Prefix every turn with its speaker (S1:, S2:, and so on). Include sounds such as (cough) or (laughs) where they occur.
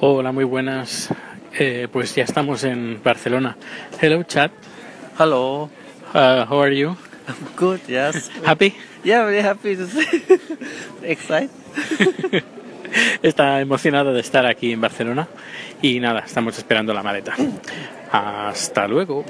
S1: Hola, muy buenas. Eh, pues ya estamos en Barcelona. Hello, chat.
S2: Hello. (laughs)
S1: Uh, how are you?
S2: I'm good. Yes.
S1: Happy.
S2: Yeah, very happy to see. (laughs) Excited.
S1: Está emocionada de estar aquí en Barcelona y nada, estamos esperando la maleta. Hasta luego.